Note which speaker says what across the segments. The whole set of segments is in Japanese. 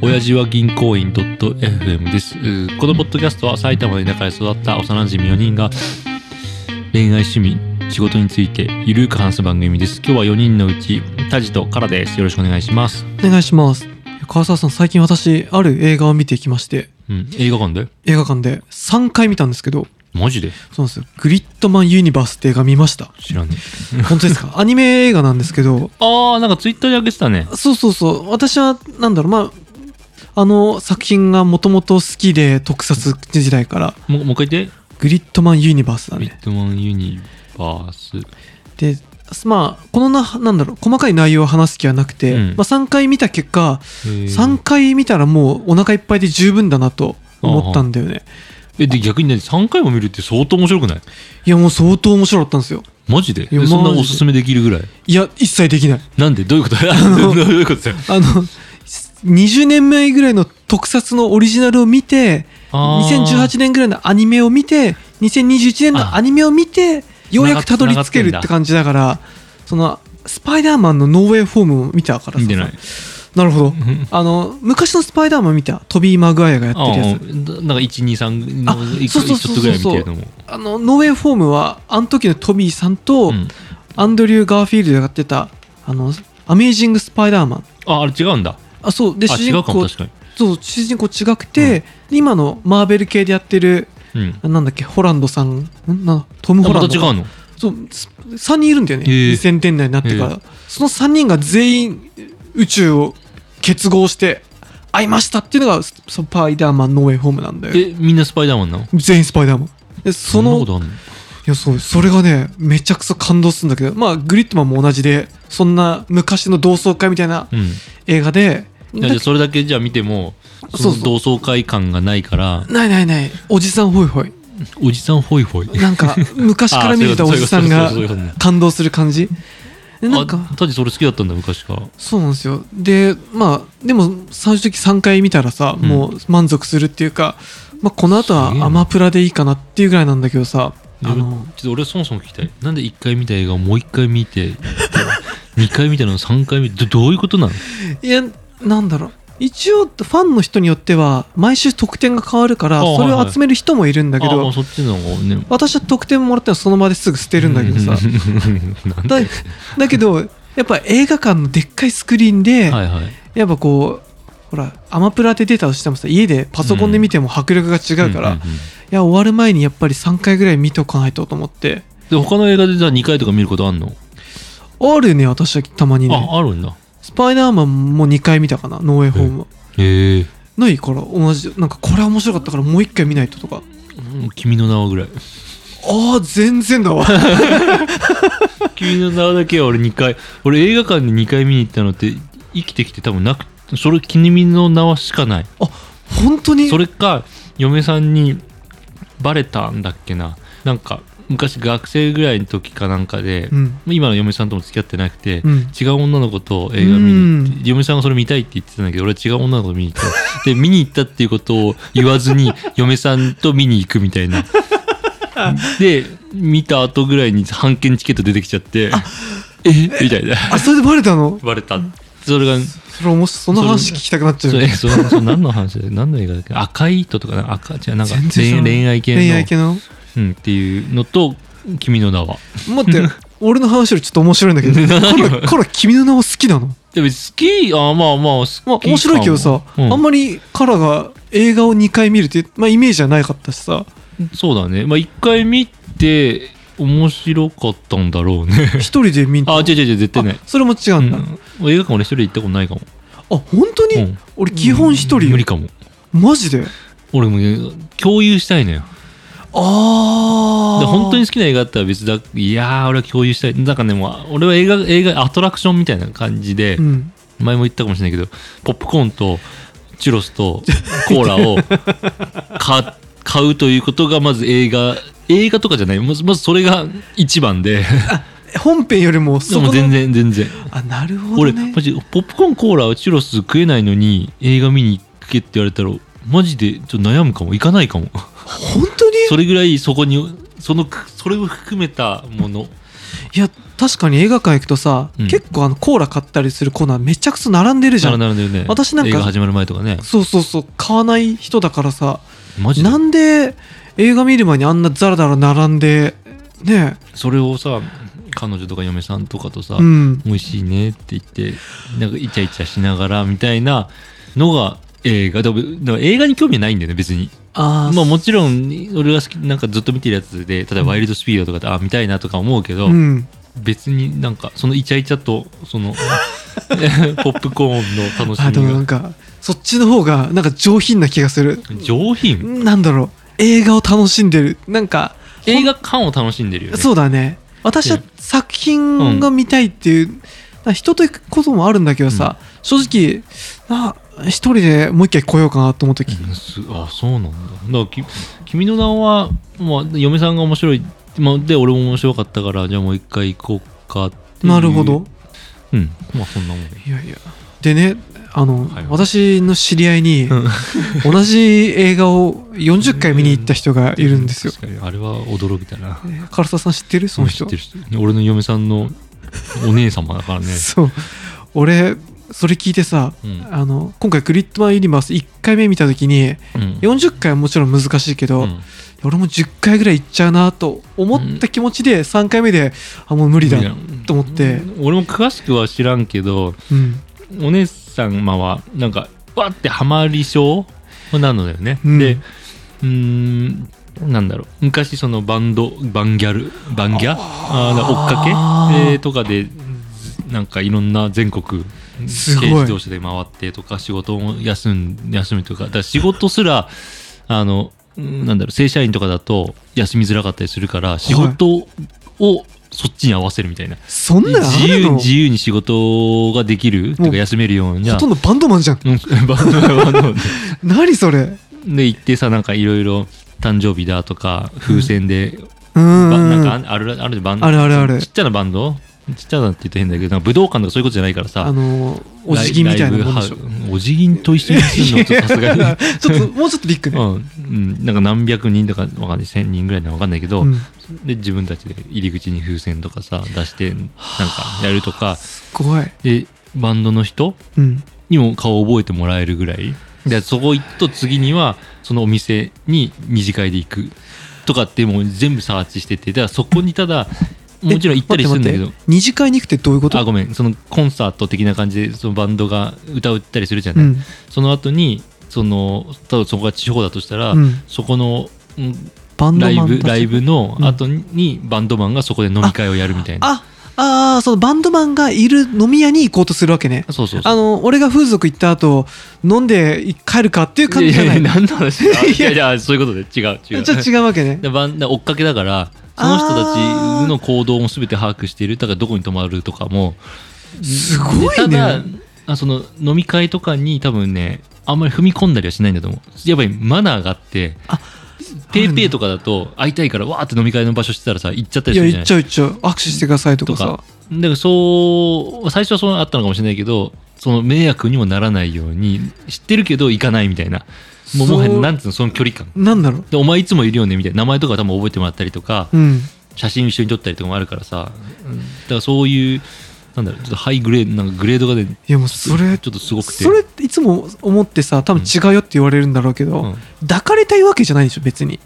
Speaker 1: 親父は銀行員 .fm です。うーこのポッドキャストは埼玉の田舎で育った幼馴染4人が恋愛趣味、仕事についてゆるく話す番組です。今日は4人のうち、タジとカラです。よろしくお願いします。
Speaker 2: お願いします川沢さん最近私ある映画を見てきまして
Speaker 1: うん、映画館で
Speaker 2: 映画館で3回見たんですけど
Speaker 1: マジで
Speaker 2: そうなんですよグリッドマンユニバースって映画見ました
Speaker 1: 知らねえ。
Speaker 2: 本当で すかアニメ映画なんですけど
Speaker 1: あー、なんかツイッターで上げてたね。
Speaker 2: そうそうそう私はなんだろうまああの作品がもともと好きで特撮時代から
Speaker 1: ももう一回言って。
Speaker 2: グリッドマンユニバースだ
Speaker 1: ビッ
Speaker 2: ね
Speaker 1: トマンユニバース。
Speaker 2: でまあこのななんだろう細かい内容を話す気はなくて、
Speaker 1: うん
Speaker 2: まあ、3回見た結果
Speaker 1: えー
Speaker 2: 3回見たらもうお腹いっぱいで十分だなと思ったんだよね
Speaker 1: え、で、逆にね、3回も見るって相当面白くない
Speaker 2: いやもう相当面白かったんですよ
Speaker 1: マジで
Speaker 2: いや
Speaker 1: そんな
Speaker 2: マジで
Speaker 1: おすすめできるぐらい。
Speaker 2: いや一切できない
Speaker 1: なんでどういうこと どういうことだよ。
Speaker 2: あの20年前ぐらいの特撮のオリジナルを見て2018年ぐらいのアニメを見て2021年のアニメを見てようやくたどり着けるって感じだからそのスパイダーマンのノーウェイフォームを見たからさ
Speaker 1: 見てない
Speaker 2: なるほ どあの昔のスパイダーマン見たトビー・マグワイアがやってるやつ
Speaker 1: うんうんなんか123
Speaker 2: あ
Speaker 1: の1
Speaker 2: そうそう
Speaker 1: ちょ
Speaker 2: そうそう
Speaker 1: っとぐらい見てるのも
Speaker 2: あのノーウェイフォームはあの時のトビーさんと、
Speaker 1: うん
Speaker 2: アンドリュー・ガーフィールドがやってたあのアメージング・スパイダーマン
Speaker 1: ああれ違うんだ
Speaker 2: あそうで
Speaker 1: あ
Speaker 2: 主
Speaker 1: 違
Speaker 2: 人
Speaker 1: うかも
Speaker 2: 公
Speaker 1: 確かに
Speaker 2: そう主人公違くて、今のマーベル系でやってる
Speaker 1: うん
Speaker 2: なんだっけホランドさんんなトム・
Speaker 1: あ
Speaker 2: ホ
Speaker 1: また
Speaker 2: ランド
Speaker 1: 違うの
Speaker 2: そうす3人いるんだよね
Speaker 1: へえ
Speaker 2: 2000年代になってか
Speaker 1: へ
Speaker 2: らその3人が全員宇宙を結合して会いましたっていうのがススパイダーマン・ノーウェイ・ホームなんだよ
Speaker 1: えみんなスパイダーマンなの
Speaker 2: 全員スパイダーマンでそ
Speaker 1: んな
Speaker 2: の
Speaker 1: ことあんの
Speaker 2: いやそうそれがねめちゃくちゃ感動するんだけどまあグリッドマンも同じでそんな昔の同窓会みたいな
Speaker 1: うん
Speaker 2: 映画で、
Speaker 1: いやじゃあそれだけじゃあ見てもそ
Speaker 2: そう
Speaker 1: の
Speaker 2: そう
Speaker 1: 同窓会感がないから
Speaker 2: ないないないおじさんホイホイ
Speaker 1: おじさんホイホイ
Speaker 2: なんか昔から見れたおじさん
Speaker 1: あ
Speaker 2: が
Speaker 1: そういうことそういうことそういうこと
Speaker 2: 感動する感じでなんか
Speaker 1: あタジそれ好きだったんだ昔から
Speaker 2: そうなんですよでまあでも最終的3回見たらさ、
Speaker 1: うん
Speaker 2: もう満足するっていうか、まあ、この後は
Speaker 1: すげえな
Speaker 2: アマプラでいいかなっていうぐらいなんだけどさ
Speaker 1: で
Speaker 2: あの
Speaker 1: ちょっと俺そもそも聞きたいなんで1回見た映画をもう1回見て2回見たの3回見てどどういうことなの
Speaker 2: いやなんだろう一応ファンの人によっては毎週得点が変わるから
Speaker 1: あ
Speaker 2: それ
Speaker 1: はいは
Speaker 2: を
Speaker 1: い
Speaker 2: 集める人もいるんだけ
Speaker 1: あまあ
Speaker 2: ど
Speaker 1: そっちの方ね
Speaker 2: 私は得点もらったのその場ですぐ捨てるんだけどさ
Speaker 1: なん
Speaker 2: だだけどやっぱ映画館のでっかいスクリーンで、
Speaker 1: はいはい
Speaker 2: やっぱこうほらアマプラで出たとしてもさ家でパソコンで見ても迫力が違うから、
Speaker 1: んん
Speaker 2: い
Speaker 1: ん
Speaker 2: や終わる前にやっぱり3回ぐらい見ておかないとと思って
Speaker 1: で他の映画でじゃあ2回とか見ることあんの、
Speaker 2: あるね私はたまにね
Speaker 1: ああるんだ
Speaker 2: スパイダーマンも2回見たかなノーウェイホームは
Speaker 1: へえ
Speaker 2: ないから同じなんかこれは面白かったからもう1回見ないととか
Speaker 1: 君の名はぐらい
Speaker 2: ああ全然だわ
Speaker 1: 君の名はだけは俺2回俺映画館で2回見に行ったのって生きてきて多分なくそれ君の名はしかない
Speaker 2: 本当に
Speaker 1: それか嫁さんにバレたんだっけななんか昔学生ぐらいの時かなんかで、
Speaker 2: うん
Speaker 1: 今の嫁さんとも付き合ってなくて、
Speaker 2: うん
Speaker 1: 違う女の子と映画見に行って嫁さんがそれ見たいって言ってたんだけど俺は違う女の子と見に行 ったで見に行ったっていうことを言わずに嫁さんと見に行くみたい なで見た後ぐらいに半券チケット出てきちゃってえみたいな
Speaker 2: あそれでバレたの
Speaker 1: バレたそれが
Speaker 2: それ面白いその話聞きたくなっちゃ
Speaker 1: そうれそれそれ何の話だよ何の映画だっけ赤い糸とかなんか赤じゃなんか
Speaker 2: 全然知
Speaker 1: 恋
Speaker 2: らない
Speaker 1: 恋愛系の
Speaker 2: 恋愛系の
Speaker 1: うん、っていうのと「君の名は」
Speaker 2: 待 って俺の話よりちょっと面白いんだけど
Speaker 1: 何
Speaker 2: これこれ君の名は好きなの
Speaker 1: でも好きあまあまあ好き
Speaker 2: まあ面白いけどさ、あん
Speaker 1: ま
Speaker 2: まりカラが映画を2回見るって、まあ、イメージはなかったしさ
Speaker 1: そうだねまあ一回見て面白かったんだろう ね
Speaker 2: 一人で見に
Speaker 1: あ違う違う違う絶対ない
Speaker 2: あ、それも違う
Speaker 1: うん
Speaker 2: だ、あ
Speaker 1: ん、映画館俺一人で行ったことないかも
Speaker 2: 本当に、
Speaker 1: うん
Speaker 2: 俺基本一人よ
Speaker 1: 無理かも
Speaker 2: マジで
Speaker 1: 俺もね共有したいのよ
Speaker 2: あ
Speaker 1: で
Speaker 2: あ
Speaker 1: 本当に好きな映画だったら別だいやー俺は共有したいなんかねもう俺は映画映画アトラクションみたいな感じで、
Speaker 2: うん
Speaker 1: 前も言ったかもしれないけどポップコーンとチュロスとコーラ をか買うということがまず映画映画とかじゃないまずまずそれが一番で
Speaker 2: 本編よりも
Speaker 1: で
Speaker 2: そこ
Speaker 1: も
Speaker 2: の
Speaker 1: 全然全然
Speaker 2: あなるほ
Speaker 1: 俺
Speaker 2: どね
Speaker 1: マジポップコーンコーラをチュロス食えないのに映画見に行けって言われたらマジでちょっと悩むかも行かないかも
Speaker 2: 本当に
Speaker 1: それぐらいそこにそのそれを含めたもの
Speaker 2: いや確かに映画館行くとさ、
Speaker 1: うん
Speaker 2: 結構あのコーラ買ったりするコーナーめちゃくちゃ並んでるじゃ
Speaker 1: 並ん
Speaker 2: ん
Speaker 1: でるね
Speaker 2: 私なんか
Speaker 1: 映画始まる前とかね
Speaker 2: そうそうそう買わない人だからさ
Speaker 1: マジで
Speaker 2: なんで映画見る前にあんなザラザラ並んでね
Speaker 1: それをさ彼女とか嫁さんとかとさ、
Speaker 2: うん
Speaker 1: 美味しいねって言ってなんかイチャイチャしながらみたいなのが映画でもでも映画に興味はないんだよね別に
Speaker 2: あー
Speaker 1: まあもちろん俺が好きなんかずっと見てるやつで例えば「ワイルドスピード」とかで、あ見たいなとか思うけど、
Speaker 2: うん
Speaker 1: 別になんかそのイチャイチャとそ のポップコーンの楽
Speaker 2: あで
Speaker 1: し
Speaker 2: もなん
Speaker 1: み
Speaker 2: かそっちの方がなんか上品な気がする
Speaker 1: が上品
Speaker 2: なんだろう映画を楽しんでるなんか
Speaker 1: 映画館を楽しんでるよね
Speaker 2: そうだね私は
Speaker 1: うん
Speaker 2: 作品が見たいっていう、な人と行くこともあるんだけどさ、正直あ一人でもう一回来ようかなと思う時、
Speaker 1: うんすあそうなんだだからき「君の名は」まあ、嫁さんが面白い、まあ、で俺も面白かったからじゃあもう一回行こうかっていう
Speaker 2: なるほど
Speaker 1: うんまあそんなもんで
Speaker 2: いやいやでねあの、
Speaker 1: はいはい
Speaker 2: 私の知り合いに、同じ映画を40回見に行った人がいるん ですよ、
Speaker 1: 確かにあれは驚きだな
Speaker 2: え唐沢さん知ってるその人
Speaker 1: 知ってる人俺の嫁さんのお姉様だからね
Speaker 2: そう俺それ聞いてさ、
Speaker 1: うん
Speaker 2: あの今回「グリッドマン・ユニバース」1回目見た時に
Speaker 1: うん
Speaker 2: 40回はもちろん難しいけど、
Speaker 1: うん
Speaker 2: 俺も10回ぐらい行っちゃうなと思った気持ちで3回目であもう無理だ
Speaker 1: 無理だ
Speaker 2: と思って、
Speaker 1: 俺も詳しくは知らんけど
Speaker 2: うん、
Speaker 1: お姉様はなんかわってハマり症なのだよね、
Speaker 2: うん
Speaker 1: でうーんなんだろう昔そのバンドバンギャルバンギャあー追っ
Speaker 2: あー
Speaker 1: かけ、えーとかでなんかいろんな全国
Speaker 2: すごい
Speaker 1: 軽自動車で回ってとか仕事も休ん休みとかだから仕事すらあのうんなんだろう正社員とかだと休みづらかったりするから仕事をそっちに合わせるみたいな
Speaker 2: そんなんあ
Speaker 1: 自
Speaker 2: る
Speaker 1: 由に
Speaker 2: の
Speaker 1: 自由に仕事ができるっていうか休めるように
Speaker 2: ほとんどバンドマンじゃん
Speaker 1: うん バンドマンバンド
Speaker 2: 何それ
Speaker 1: で行ってさなんかいろいろ誕生日だとか風船で、
Speaker 2: う
Speaker 1: ば
Speaker 2: ん
Speaker 1: なんかああるあるバンド
Speaker 2: あるあるある
Speaker 1: ちっちゃなバンドちっちゃなって言って変だけどなんか武道館とかそういうことじゃないから
Speaker 2: あ
Speaker 1: さ
Speaker 2: のお辞儀みたいなもんでしょ
Speaker 1: ライブハウお辞儀と一緒にするのとさすが
Speaker 2: いや
Speaker 1: に。
Speaker 2: ちょっともうちょっとビッグ
Speaker 1: う
Speaker 2: ね、
Speaker 1: んうん、なんか何百人とかわかんない1000人ぐらいなのわかんないけど、
Speaker 2: うん
Speaker 1: で自分たちで入り口に風船とかさ出してなんかやるとか
Speaker 2: すごい、
Speaker 1: でバンドの人
Speaker 2: うん、
Speaker 1: にも顔を覚えてもらえるぐらいでそこ行くと次にはそのお店に二次会で行くとかってもう全部サーチしててだからそこにただもちろん行ったりするんだけ
Speaker 2: え
Speaker 1: ど
Speaker 2: 待って待って二次会に行くってどういうこと
Speaker 1: あごめんそのコンサート的な感じでそのバンドが歌をったりするじゃ
Speaker 2: う
Speaker 1: ない、
Speaker 2: ん
Speaker 1: その後にその多分そこが地方だとしたら、
Speaker 2: うん
Speaker 1: そこのうん
Speaker 2: バンド
Speaker 1: ライ
Speaker 2: マン
Speaker 1: ブ
Speaker 2: たち
Speaker 1: ライブの
Speaker 2: うん
Speaker 1: 後にバンドマンがそこで飲み会をやるみたいな
Speaker 2: ああーそのバンドマンがいる飲み屋に行こうとするわけね
Speaker 1: そうそうそう
Speaker 2: あの俺が風俗行った後飲んで帰るかっていう感じじゃな
Speaker 1: や
Speaker 2: い
Speaker 1: や何の話 だい
Speaker 2: いや
Speaker 1: やいやそういうことで違う違う
Speaker 2: ちょっと違うわけね
Speaker 1: でバンで追っかけだからその人たちの行動も全て把握しているだからどこに泊まるとかも
Speaker 2: すご
Speaker 1: で
Speaker 2: い
Speaker 1: た
Speaker 2: ね
Speaker 1: だあその飲み会とかに多分ねあんまり踏み込んだりはしないんだと思うやっぱりマナーがあって
Speaker 2: あ
Speaker 1: ペイペイとかだと会いたいからわーって飲み会の場所してたらさ行っちゃった
Speaker 2: い
Speaker 1: りす
Speaker 2: や
Speaker 1: るじゃな
Speaker 2: 行っ
Speaker 1: い
Speaker 2: ちゃう行っちゃう握手してくださいとか
Speaker 1: と
Speaker 2: さ
Speaker 1: かだからそう最初はそうあったのかもしれないけどその迷惑にもならないように知ってるけど行かないみたいなもうもはや
Speaker 2: そう
Speaker 1: なんつうのその距離感
Speaker 2: なんだろう
Speaker 1: でお前いつもいるよねみたいな名前とか多分覚えてもらったりとか、
Speaker 2: うん
Speaker 1: 写真一緒に撮ったりとかもあるからさ、だからそういうなんだろうちょっとハイグレードなんかグレードがね
Speaker 2: いやもうそれ
Speaker 1: ちょっとすごくて
Speaker 2: それっていつも思ってさ多分違うよって言われるんだろうけど、
Speaker 1: うん
Speaker 2: 抱かれたいわけじゃないでしょ別に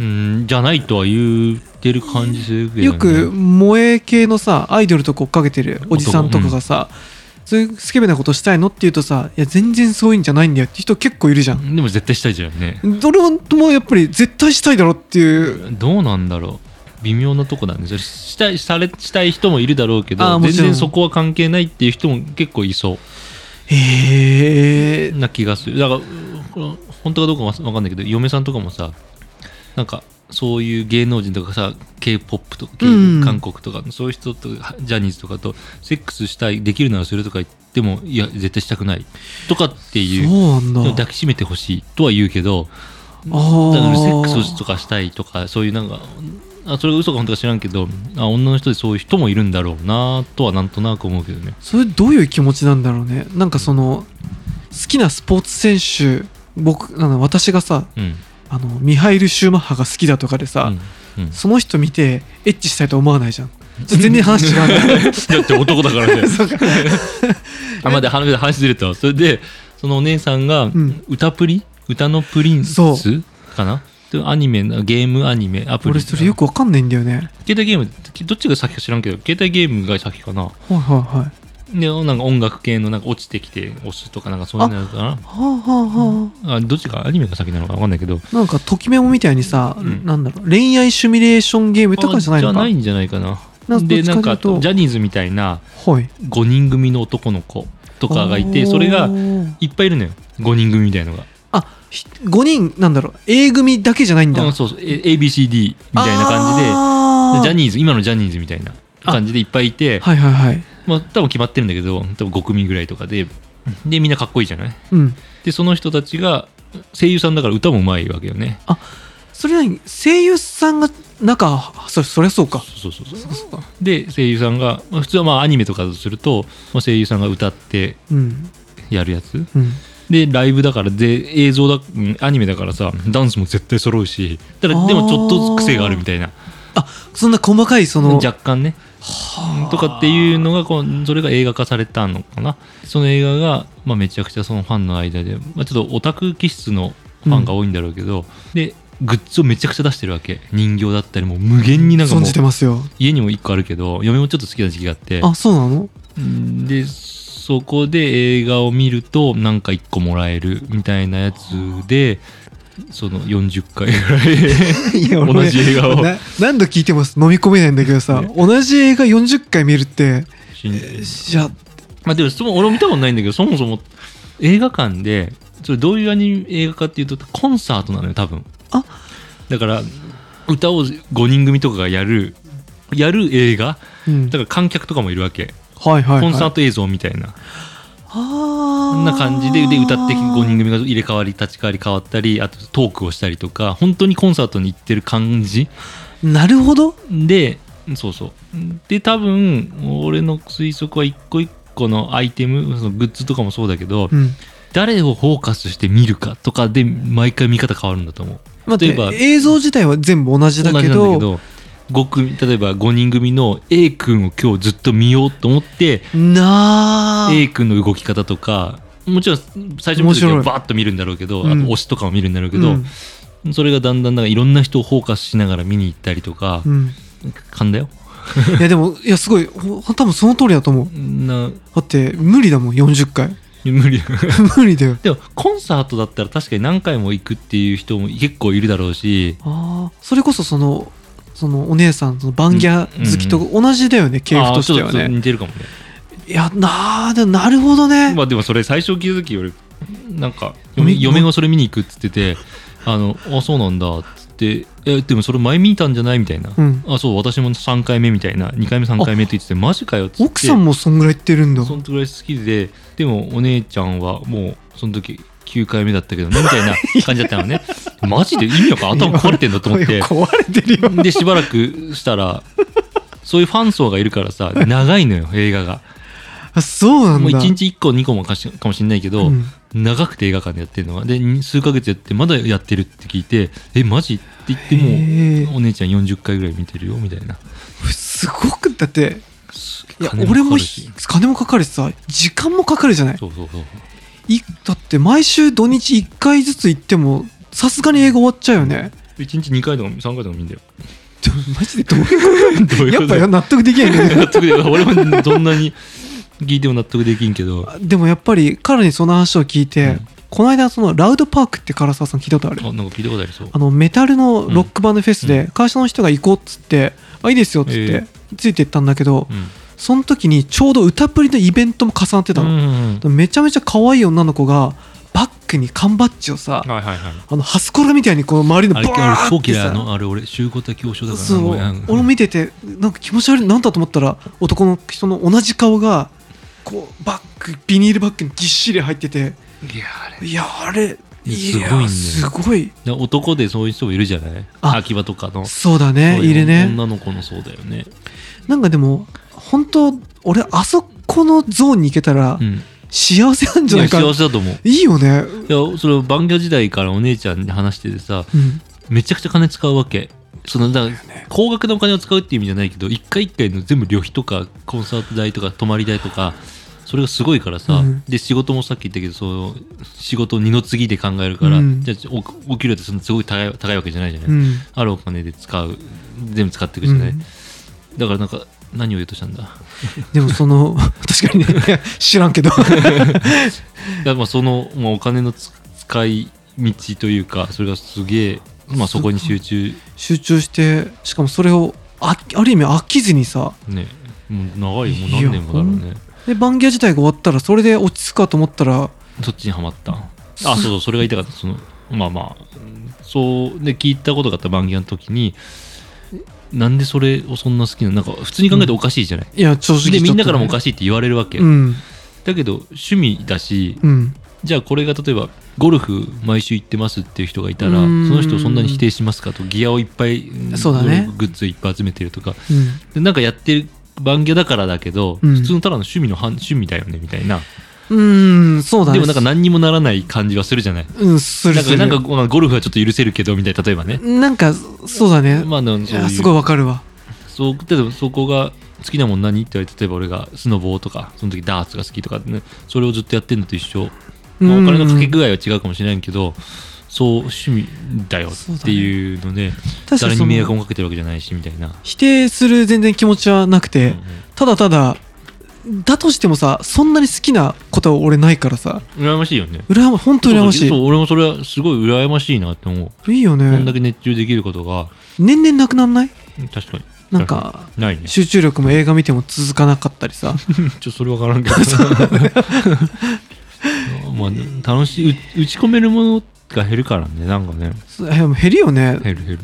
Speaker 1: うんじゃないとは言ってる感じするけど、ね、
Speaker 2: よく萌え系のさアイドルとか追っかけてるおじさんとかがさ、そういうスケベなことしたいのって言うとさ「いや全然そういうんじゃないんだよ」って人結構いるじゃん。
Speaker 1: でも絶対したいじゃんね
Speaker 2: どれもやっぱり絶対したいだろっていう
Speaker 1: どうなんだろう微妙なとこだねそれしたいされしたい人もいるだろうけ
Speaker 2: あー
Speaker 1: ど
Speaker 2: も
Speaker 1: 全
Speaker 2: ちろん
Speaker 1: 然そこは関係ないっていう人も結構いそう
Speaker 2: へえ
Speaker 1: な気がするだからこれ本当かどうかわかんないけど嫁さんとかもさなんかそういう芸能人とかさ k p o p とか、
Speaker 2: うん
Speaker 1: 韓国とかそういう人とかジャニーズとかとセックスしたいできるならするとか言ってもいや絶対したくないとかって
Speaker 2: そ
Speaker 1: いう
Speaker 2: うなんだ
Speaker 1: でも抱きしめてほしいとは言うけど
Speaker 2: あ
Speaker 1: だから
Speaker 2: ー
Speaker 1: セックスとかしたいとかそういうなんかあそれが嘘か本当か知らんけどあ女の人でそういう人もいるんだろうなとはなんとなく思うけどね。
Speaker 2: それどういう気持ちなんだろうねなんかその好きなスポーツ選手僕あの私がさ
Speaker 1: うん
Speaker 2: あのミハイル・シューマッハが好きだとかでさ、
Speaker 1: うんうん
Speaker 2: その人見てエッチしたいと思わないじゃんちょ全然話違 うんだ
Speaker 1: だって男だから ねあまだ話話ずれたわそれでそのお姉さんが
Speaker 2: ん
Speaker 1: 歌プリ、歌のプリンス
Speaker 2: そ
Speaker 1: かなでアニメなゲームアニメアプリ
Speaker 2: 俺それよくわかんないんだよね
Speaker 1: 携帯ゲームどっちが先か知らんけど携帯ゲームが先かな
Speaker 2: はいはいはい
Speaker 1: でなんか音楽系のなんか落ちてきて押すとかなんかそういうのか
Speaker 2: はあはあは
Speaker 1: なあどっちがアニメが先なのかわかんないけど
Speaker 2: あなんかときメモみたいにさ、
Speaker 1: うん
Speaker 2: なんだろう恋愛シミュレーションゲームとかじゃないの
Speaker 1: あ
Speaker 2: か
Speaker 1: じゃないんじゃないかな
Speaker 2: なんか
Speaker 1: で
Speaker 2: ど
Speaker 1: な
Speaker 2: っ
Speaker 1: ん
Speaker 2: ちかというと
Speaker 1: かあとジャニーズみたいな
Speaker 2: はい
Speaker 1: 5人組の男の子とかがいてそれがいっぱいいるのよ5人組みたいのが
Speaker 2: あひ5人なんだろう A 組だけじゃないんだ
Speaker 1: うんそうそうえ ABCD みたいな感じで
Speaker 2: あー
Speaker 1: でジャニーズ今のジャニーズみたいな感じでいっぱいいて
Speaker 2: はいはいはい
Speaker 1: まあ多分決まってるんだけど多分5組ぐらいとかででみんなかっこいいじゃない
Speaker 2: うん
Speaker 1: でその人たちが声優さんだから歌もうまいわけよね
Speaker 2: それなに声優さんがなんかそそりゃそうか
Speaker 1: そうそうそうそう
Speaker 2: そうか
Speaker 1: で声優さんが、まあ、普通はまあアニメとかだとすると、まあ、声優さんが歌って
Speaker 2: うん
Speaker 1: やるやつ
Speaker 2: うん
Speaker 1: でライブだからで映像だうんアニメだからさダンスも絶対揃うしただ
Speaker 2: あー
Speaker 1: でもちょっとずつ癖があるみたいな
Speaker 2: あそんな細かいその
Speaker 1: 若干ね
Speaker 2: はあ
Speaker 1: とかっていうのがこうそれが映画化されたのかなその映画が、まあ、めちゃくちゃそのファンの間で、まあ、ちょっとオタク気質のファンが多いんだろうけど、でグッズをめちゃくちゃ出してるわけ人形だったりもう無限になんかも
Speaker 2: 存
Speaker 1: う
Speaker 2: じてますよ
Speaker 1: 家にも1個あるけど嫁もちょっと好きな時期があって
Speaker 2: あそうなの
Speaker 1: でそこで映画を見るとなんか1個もらえるみたいなやつでその40回ぐ
Speaker 2: いや
Speaker 1: らい
Speaker 2: 俺
Speaker 1: 同じ映画を
Speaker 2: な何度聞いても飲み込めないんだけどさ、
Speaker 1: ね
Speaker 2: 同じ映画40回見るって
Speaker 1: しん
Speaker 2: じゃ
Speaker 1: まあでもその俺も見たことないんだけどそもそも映画館でそれどういうアニメ映画かっていうとコンサートなのよ多分
Speaker 2: あ
Speaker 1: だから歌を5人組とかがやるやる映画
Speaker 2: うん
Speaker 1: だから観客とかもいるわけ
Speaker 2: はいはい、はい、
Speaker 1: コンサート映像みたいな
Speaker 2: あ
Speaker 1: こ
Speaker 2: ー
Speaker 1: んな感じでで歌って5人組が入れ替わり立ち替わり変わったりあとトークをしたりとか本当にコンサートに行ってる感じ
Speaker 2: なるほど
Speaker 1: でそうそうで多分俺の推測は一個一個のアイテムそのグッズとかもそうだけど、
Speaker 2: うん
Speaker 1: 誰をフォーカスして見るかとかで毎回見方変わるんだと思う
Speaker 2: 待って
Speaker 1: 例えば
Speaker 2: 映像自体は全部同じ
Speaker 1: 同
Speaker 2: だ
Speaker 1: じなん
Speaker 2: け
Speaker 1: だけ
Speaker 2: ど
Speaker 1: ど5組例えば5人組の A 君を今日ずっと見ようと思って
Speaker 2: なあ
Speaker 1: A 君の動き方とかもちろん最初見た時はバーッと見るんだろうけど、
Speaker 2: 面
Speaker 1: あ
Speaker 2: 白い
Speaker 1: と
Speaker 2: うん
Speaker 1: 推しとかも見るんだろうけ
Speaker 2: う
Speaker 1: ど、
Speaker 2: ん
Speaker 1: それがだんだんなんかいろんな人をフォーカスしながら見に行ったりとか、
Speaker 2: うん、
Speaker 1: 勘だよ
Speaker 2: いやでもいやすごいほ多分その通りだと思う
Speaker 1: な
Speaker 2: だって無理だもん40回
Speaker 1: 無理
Speaker 2: 無理だよ
Speaker 1: でもコンサートだったら確かに何回も行くっていう人も結構いるだろうし
Speaker 2: ああそれこそそのそのお姉さんそのバンギャ好きと
Speaker 1: う
Speaker 2: 同じだよね、系譜としては
Speaker 1: あーちょっと
Speaker 2: ね
Speaker 1: 似てるかもね
Speaker 2: いやなあでもなるほど ね、
Speaker 1: まあでもそれ最初気づきよりなんか
Speaker 2: う
Speaker 1: 嫁
Speaker 2: ん
Speaker 1: 嫁がそれ見に行くっつってて「あのあそうなんだ」っつって「えでもそれ前見たんじゃない?」みたいな「
Speaker 2: うん
Speaker 1: あそう私も3回目」みたいな2回目3回目って言ってて「マジかよ」っつって
Speaker 2: 奥さんもそんぐらい言ってるんだ
Speaker 1: そのぐらい好きででもお姉ちゃんはもうその時9回目だったけどねみたい な感じだったのねマジで意味わかんない頭壊れてんだと思っ
Speaker 2: い
Speaker 1: て
Speaker 2: や壊れてるよ
Speaker 1: でしばらくしたらそういうファン層がいるからさ長いのよ映画が
Speaker 2: あそうなん
Speaker 1: もう
Speaker 2: だ
Speaker 1: 1日1個2個もかしかもしれないけど、
Speaker 2: うん
Speaker 1: 長くて映画館でやってるのがでに数ヶ月やってまだやってるって聞いて「えマジ?」って言って
Speaker 2: へ
Speaker 1: も
Speaker 2: ー
Speaker 1: お姉ちゃん40回ぐらい見てるよみたいな
Speaker 2: すごくだって
Speaker 1: す
Speaker 2: いや
Speaker 1: 金かか
Speaker 2: 俺も
Speaker 1: る
Speaker 2: ひ
Speaker 1: し
Speaker 2: 金もかかるしさ時間もかかるじゃない
Speaker 1: そうそうそう
Speaker 2: いだって毎週土日1回ずつ行ってもさすがに映画終わっちゃうよね
Speaker 1: 1日2回とか3回とか見んだよ
Speaker 2: ちょマジでどうい う
Speaker 1: どういう
Speaker 2: や
Speaker 1: こ
Speaker 2: っ
Speaker 1: と
Speaker 2: ぱ納得できないん だけど
Speaker 1: 納得で俺もそんなに聞いても納得できんけどあ
Speaker 2: あでもやっぱり彼にその話を聞いて、
Speaker 1: うん
Speaker 2: この間そのラウドパークって唐沢さん聞いたことある
Speaker 1: なんか聞いたことありそう
Speaker 2: あのメタルのロックバンドフェスで会社の人が行こうっつって、あいいですよっつって、
Speaker 1: え
Speaker 2: ついて行ったんだけど、
Speaker 1: うん
Speaker 2: その時にちょうど歌プリのイベントも重なってた
Speaker 1: うん
Speaker 2: の、
Speaker 1: うんうん
Speaker 2: めちゃめちゃ可愛い女の子がバッグに缶バッジをさ、
Speaker 1: はいはいはい
Speaker 2: あのハスコラみたいにこの周りの
Speaker 1: あ
Speaker 2: バ
Speaker 1: れ俺
Speaker 2: ー
Speaker 1: 超
Speaker 2: って
Speaker 1: 嫌い
Speaker 2: さ
Speaker 1: あのあれ俺集合体恐怖症だからな
Speaker 2: そう
Speaker 1: ごめん
Speaker 2: 俺も見ててなんか気持ち悪いなんだと思ったら男の人の同じ顔がこうバッグビニールバッグにぎっしり入ってて
Speaker 1: いやあれ
Speaker 2: いやあれ
Speaker 1: い
Speaker 2: い
Speaker 1: やすごいね
Speaker 2: やすごい
Speaker 1: で男でそういう人もいるじゃない
Speaker 2: あ
Speaker 1: 秋葉とかの
Speaker 2: そうだね
Speaker 1: そう
Speaker 2: いるね
Speaker 1: 女の子のそうだよね、
Speaker 2: なんかでも本当俺あそこのゾーンに行けたら
Speaker 1: うん、
Speaker 2: 幸せなんじゃない
Speaker 1: 幸
Speaker 2: か
Speaker 1: せだと思う
Speaker 2: いいよね
Speaker 1: いやそれバンギャ時代からお姉ちゃんに話しててさ
Speaker 2: うん
Speaker 1: めちゃくちゃ金使うわけそのだから高額なお金を使うっていう意味じゃないけど一回一回の全部旅費とかコンサート代とか泊まり代とかそれがすごいからさ、
Speaker 2: うん
Speaker 1: で仕事もさっき言ったけどそう仕事を二の次で考えるから、
Speaker 2: うん
Speaker 1: じゃあおお給料ってそんなすごい高い高いわけじゃないじゃない、
Speaker 2: うん
Speaker 1: あるお金で使う全部使っていくじゃない、
Speaker 2: うん
Speaker 1: だからなんか何を言おうとしたんだ
Speaker 2: でもその 確かにねいや知ら んけど
Speaker 1: いやまあその、まあ、お金のつ使い道というかそれがすげえ、まあ、そこに集中
Speaker 2: 集中してしかもそれをあある意味飽きずにさ
Speaker 1: ねもう長いよもう何年もだろう
Speaker 2: い
Speaker 1: ね
Speaker 2: でバンギア自体が終わったらそれで落ち着くかと思ったら
Speaker 1: そっちにはまったあそうそうそれが言いたかったそのまあまあそうで聞いたことがあった番組の時になんでそれをそんな好きなのなんか普通に考えておかしいじゃない、
Speaker 2: いや正直
Speaker 1: でみんなからもおか
Speaker 2: し
Speaker 1: しいって言われるわけ、
Speaker 2: うん
Speaker 1: だけど趣味だし
Speaker 2: うん
Speaker 1: じゃあこれが例えばゴルフ毎週行ってますっていう人がいたら
Speaker 2: う
Speaker 1: そ
Speaker 2: ん
Speaker 1: の人をそんなに否定しますかとギアをいっぱいん
Speaker 2: そうだね
Speaker 1: グッズいっぱい集めてるとか
Speaker 2: うん
Speaker 1: でなんかやってる番組だからだけど、
Speaker 2: うん
Speaker 1: 普通のただの趣味の半趣味だよねみたいな
Speaker 2: うーん、そうだね。
Speaker 1: でもなんか何にもならない感じはするじゃない
Speaker 2: うん、する
Speaker 1: なん
Speaker 2: す
Speaker 1: か
Speaker 2: る。
Speaker 1: なんか、まあ、ゴルフはちょっと許せるけどみたいな例えばね、
Speaker 2: なんか、そうだね。
Speaker 1: まあなん
Speaker 2: い
Speaker 1: そうい
Speaker 2: や
Speaker 1: う
Speaker 2: すごいわかるわ。
Speaker 1: そう例えばそこが好きなもん何って言われて例えば俺がスノボーとかその時ダーツが好きとか、ね、それをずっとやってんのと一緒、まあ、お金のかけ具合は違うかもしれないけどそう趣味だよっていうので
Speaker 2: 確か
Speaker 1: 誰
Speaker 2: に
Speaker 1: に
Speaker 2: そ
Speaker 1: 迷惑
Speaker 2: の
Speaker 1: もかけてるわけじゃないしみたいな、
Speaker 2: 否定する全然気持ちはなくて、
Speaker 1: う
Speaker 2: ただただ、だとしてもさ、そんなに好きなことは俺ないからさ、
Speaker 1: んうん、羨ましいよね
Speaker 2: うらやま、本当羨まし
Speaker 1: そうそう
Speaker 2: い。
Speaker 1: 俺もそれはすごい羨ましいなって思う、
Speaker 2: いいよ
Speaker 1: こんだ
Speaker 2: ね。
Speaker 1: け熱中できることが
Speaker 2: 年々なくなんない
Speaker 1: 確かに
Speaker 2: なんか、
Speaker 1: ない ねちょ
Speaker 2: 集中力も映画見ても続かなかった りさ。
Speaker 1: っとそれ分からんけど まあ楽しいう打ち込めるものが減るからねなんかね
Speaker 2: そういやもう減るよね。
Speaker 1: 減る減る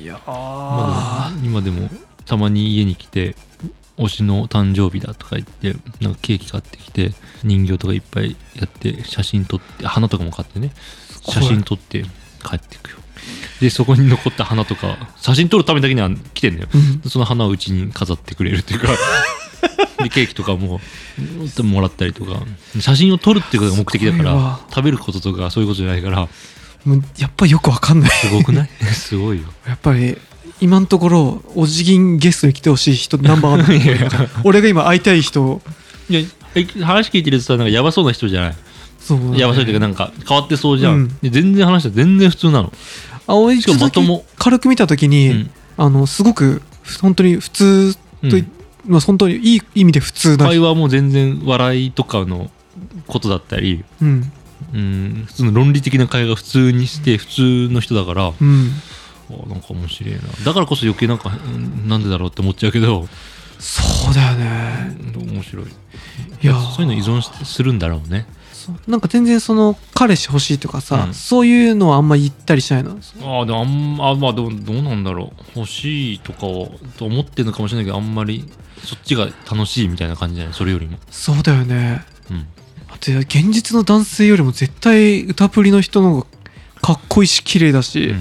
Speaker 2: いや
Speaker 1: まあ、今でもたまに家に来て推しの誕生日だとか言ってなんかケーキ買ってきて人形とかいっぱいやって写真撮って花とかも買ってね
Speaker 2: ごい
Speaker 1: 写真撮って帰っていくよでそこに残った花とか写真撮るためだけには来てんだよ
Speaker 2: うん
Speaker 1: その花をうちに飾ってくれるっていうかでケーキとかももらったりとか写真を撮るっていうことが目的だか
Speaker 2: すごい
Speaker 1: ら
Speaker 2: わ
Speaker 1: 食べることとかそういうことじゃないから
Speaker 2: もうやっぱりよくわかんない。
Speaker 1: すごく ないすごいよ
Speaker 2: やっぱり今のところお辞儀ゲストに来てほしい人ナンバーワンだと思う よ
Speaker 1: いやいや
Speaker 2: 俺が今会いたい人
Speaker 1: いやえ話聞いてるとさなんかやばそうな人じゃない
Speaker 2: そうだね
Speaker 1: やばそうというかなんか変わってそうじゃん、
Speaker 2: うん
Speaker 1: で全然話したら全然普通なの
Speaker 2: 青い
Speaker 1: しかもまとも
Speaker 2: 軽く見た時に、
Speaker 1: うん
Speaker 2: あのすごく本当に普通と
Speaker 1: うん
Speaker 2: い、まあ本当にいい意味で普通だ
Speaker 1: 会話も全然笑いとかのことだったり
Speaker 2: うん
Speaker 1: うん普通の論理的な会話普通にして普通の人だからあ
Speaker 2: うん
Speaker 1: なんか面白いなだからこそ余計なんかうんなんでだろうって思っちゃうけど
Speaker 2: そうだよね
Speaker 1: うん面白い
Speaker 2: いや
Speaker 1: そういうの依存しするんだろうね
Speaker 2: そうなんか全然その彼氏欲しいとかさ、
Speaker 1: うん
Speaker 2: そういうのはあんま言ったりしないの
Speaker 1: ああでもあんまあまあどうどうなんだろう欲しいとかをと思ってるのかもしれないけどあんまりそっちが楽しいみたいな感じじゃないそれよりも
Speaker 2: そうだよね
Speaker 1: うん
Speaker 2: だって現実の男性よりも絶対歌プリの人の方がかっこいいし綺麗だし、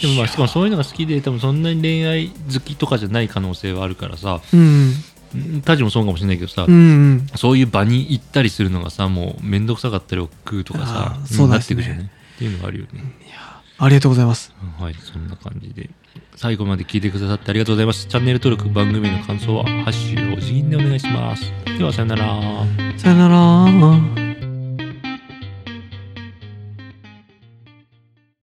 Speaker 1: でもまあしかもそういうのが好きで多分そんなに恋愛好きとかじゃない可能性はあるからさ
Speaker 2: うん
Speaker 1: うんタジもそうかもしれないけどさ、
Speaker 2: うんうん、
Speaker 1: そういう場に行ったりするのがさもう面倒くさかったり億劫とかさ
Speaker 2: あーそう
Speaker 1: な
Speaker 2: だ
Speaker 1: っ
Speaker 2: ね
Speaker 1: てくるよねっていうのがあるよね、
Speaker 2: ありがとうございます。
Speaker 1: うんはいそんな感じで最後まで聞いてくださってありがとうございますチャンネル登録番組への感想は「ハッシュお辞儀」でお願いしますではさよなら
Speaker 2: さよなら。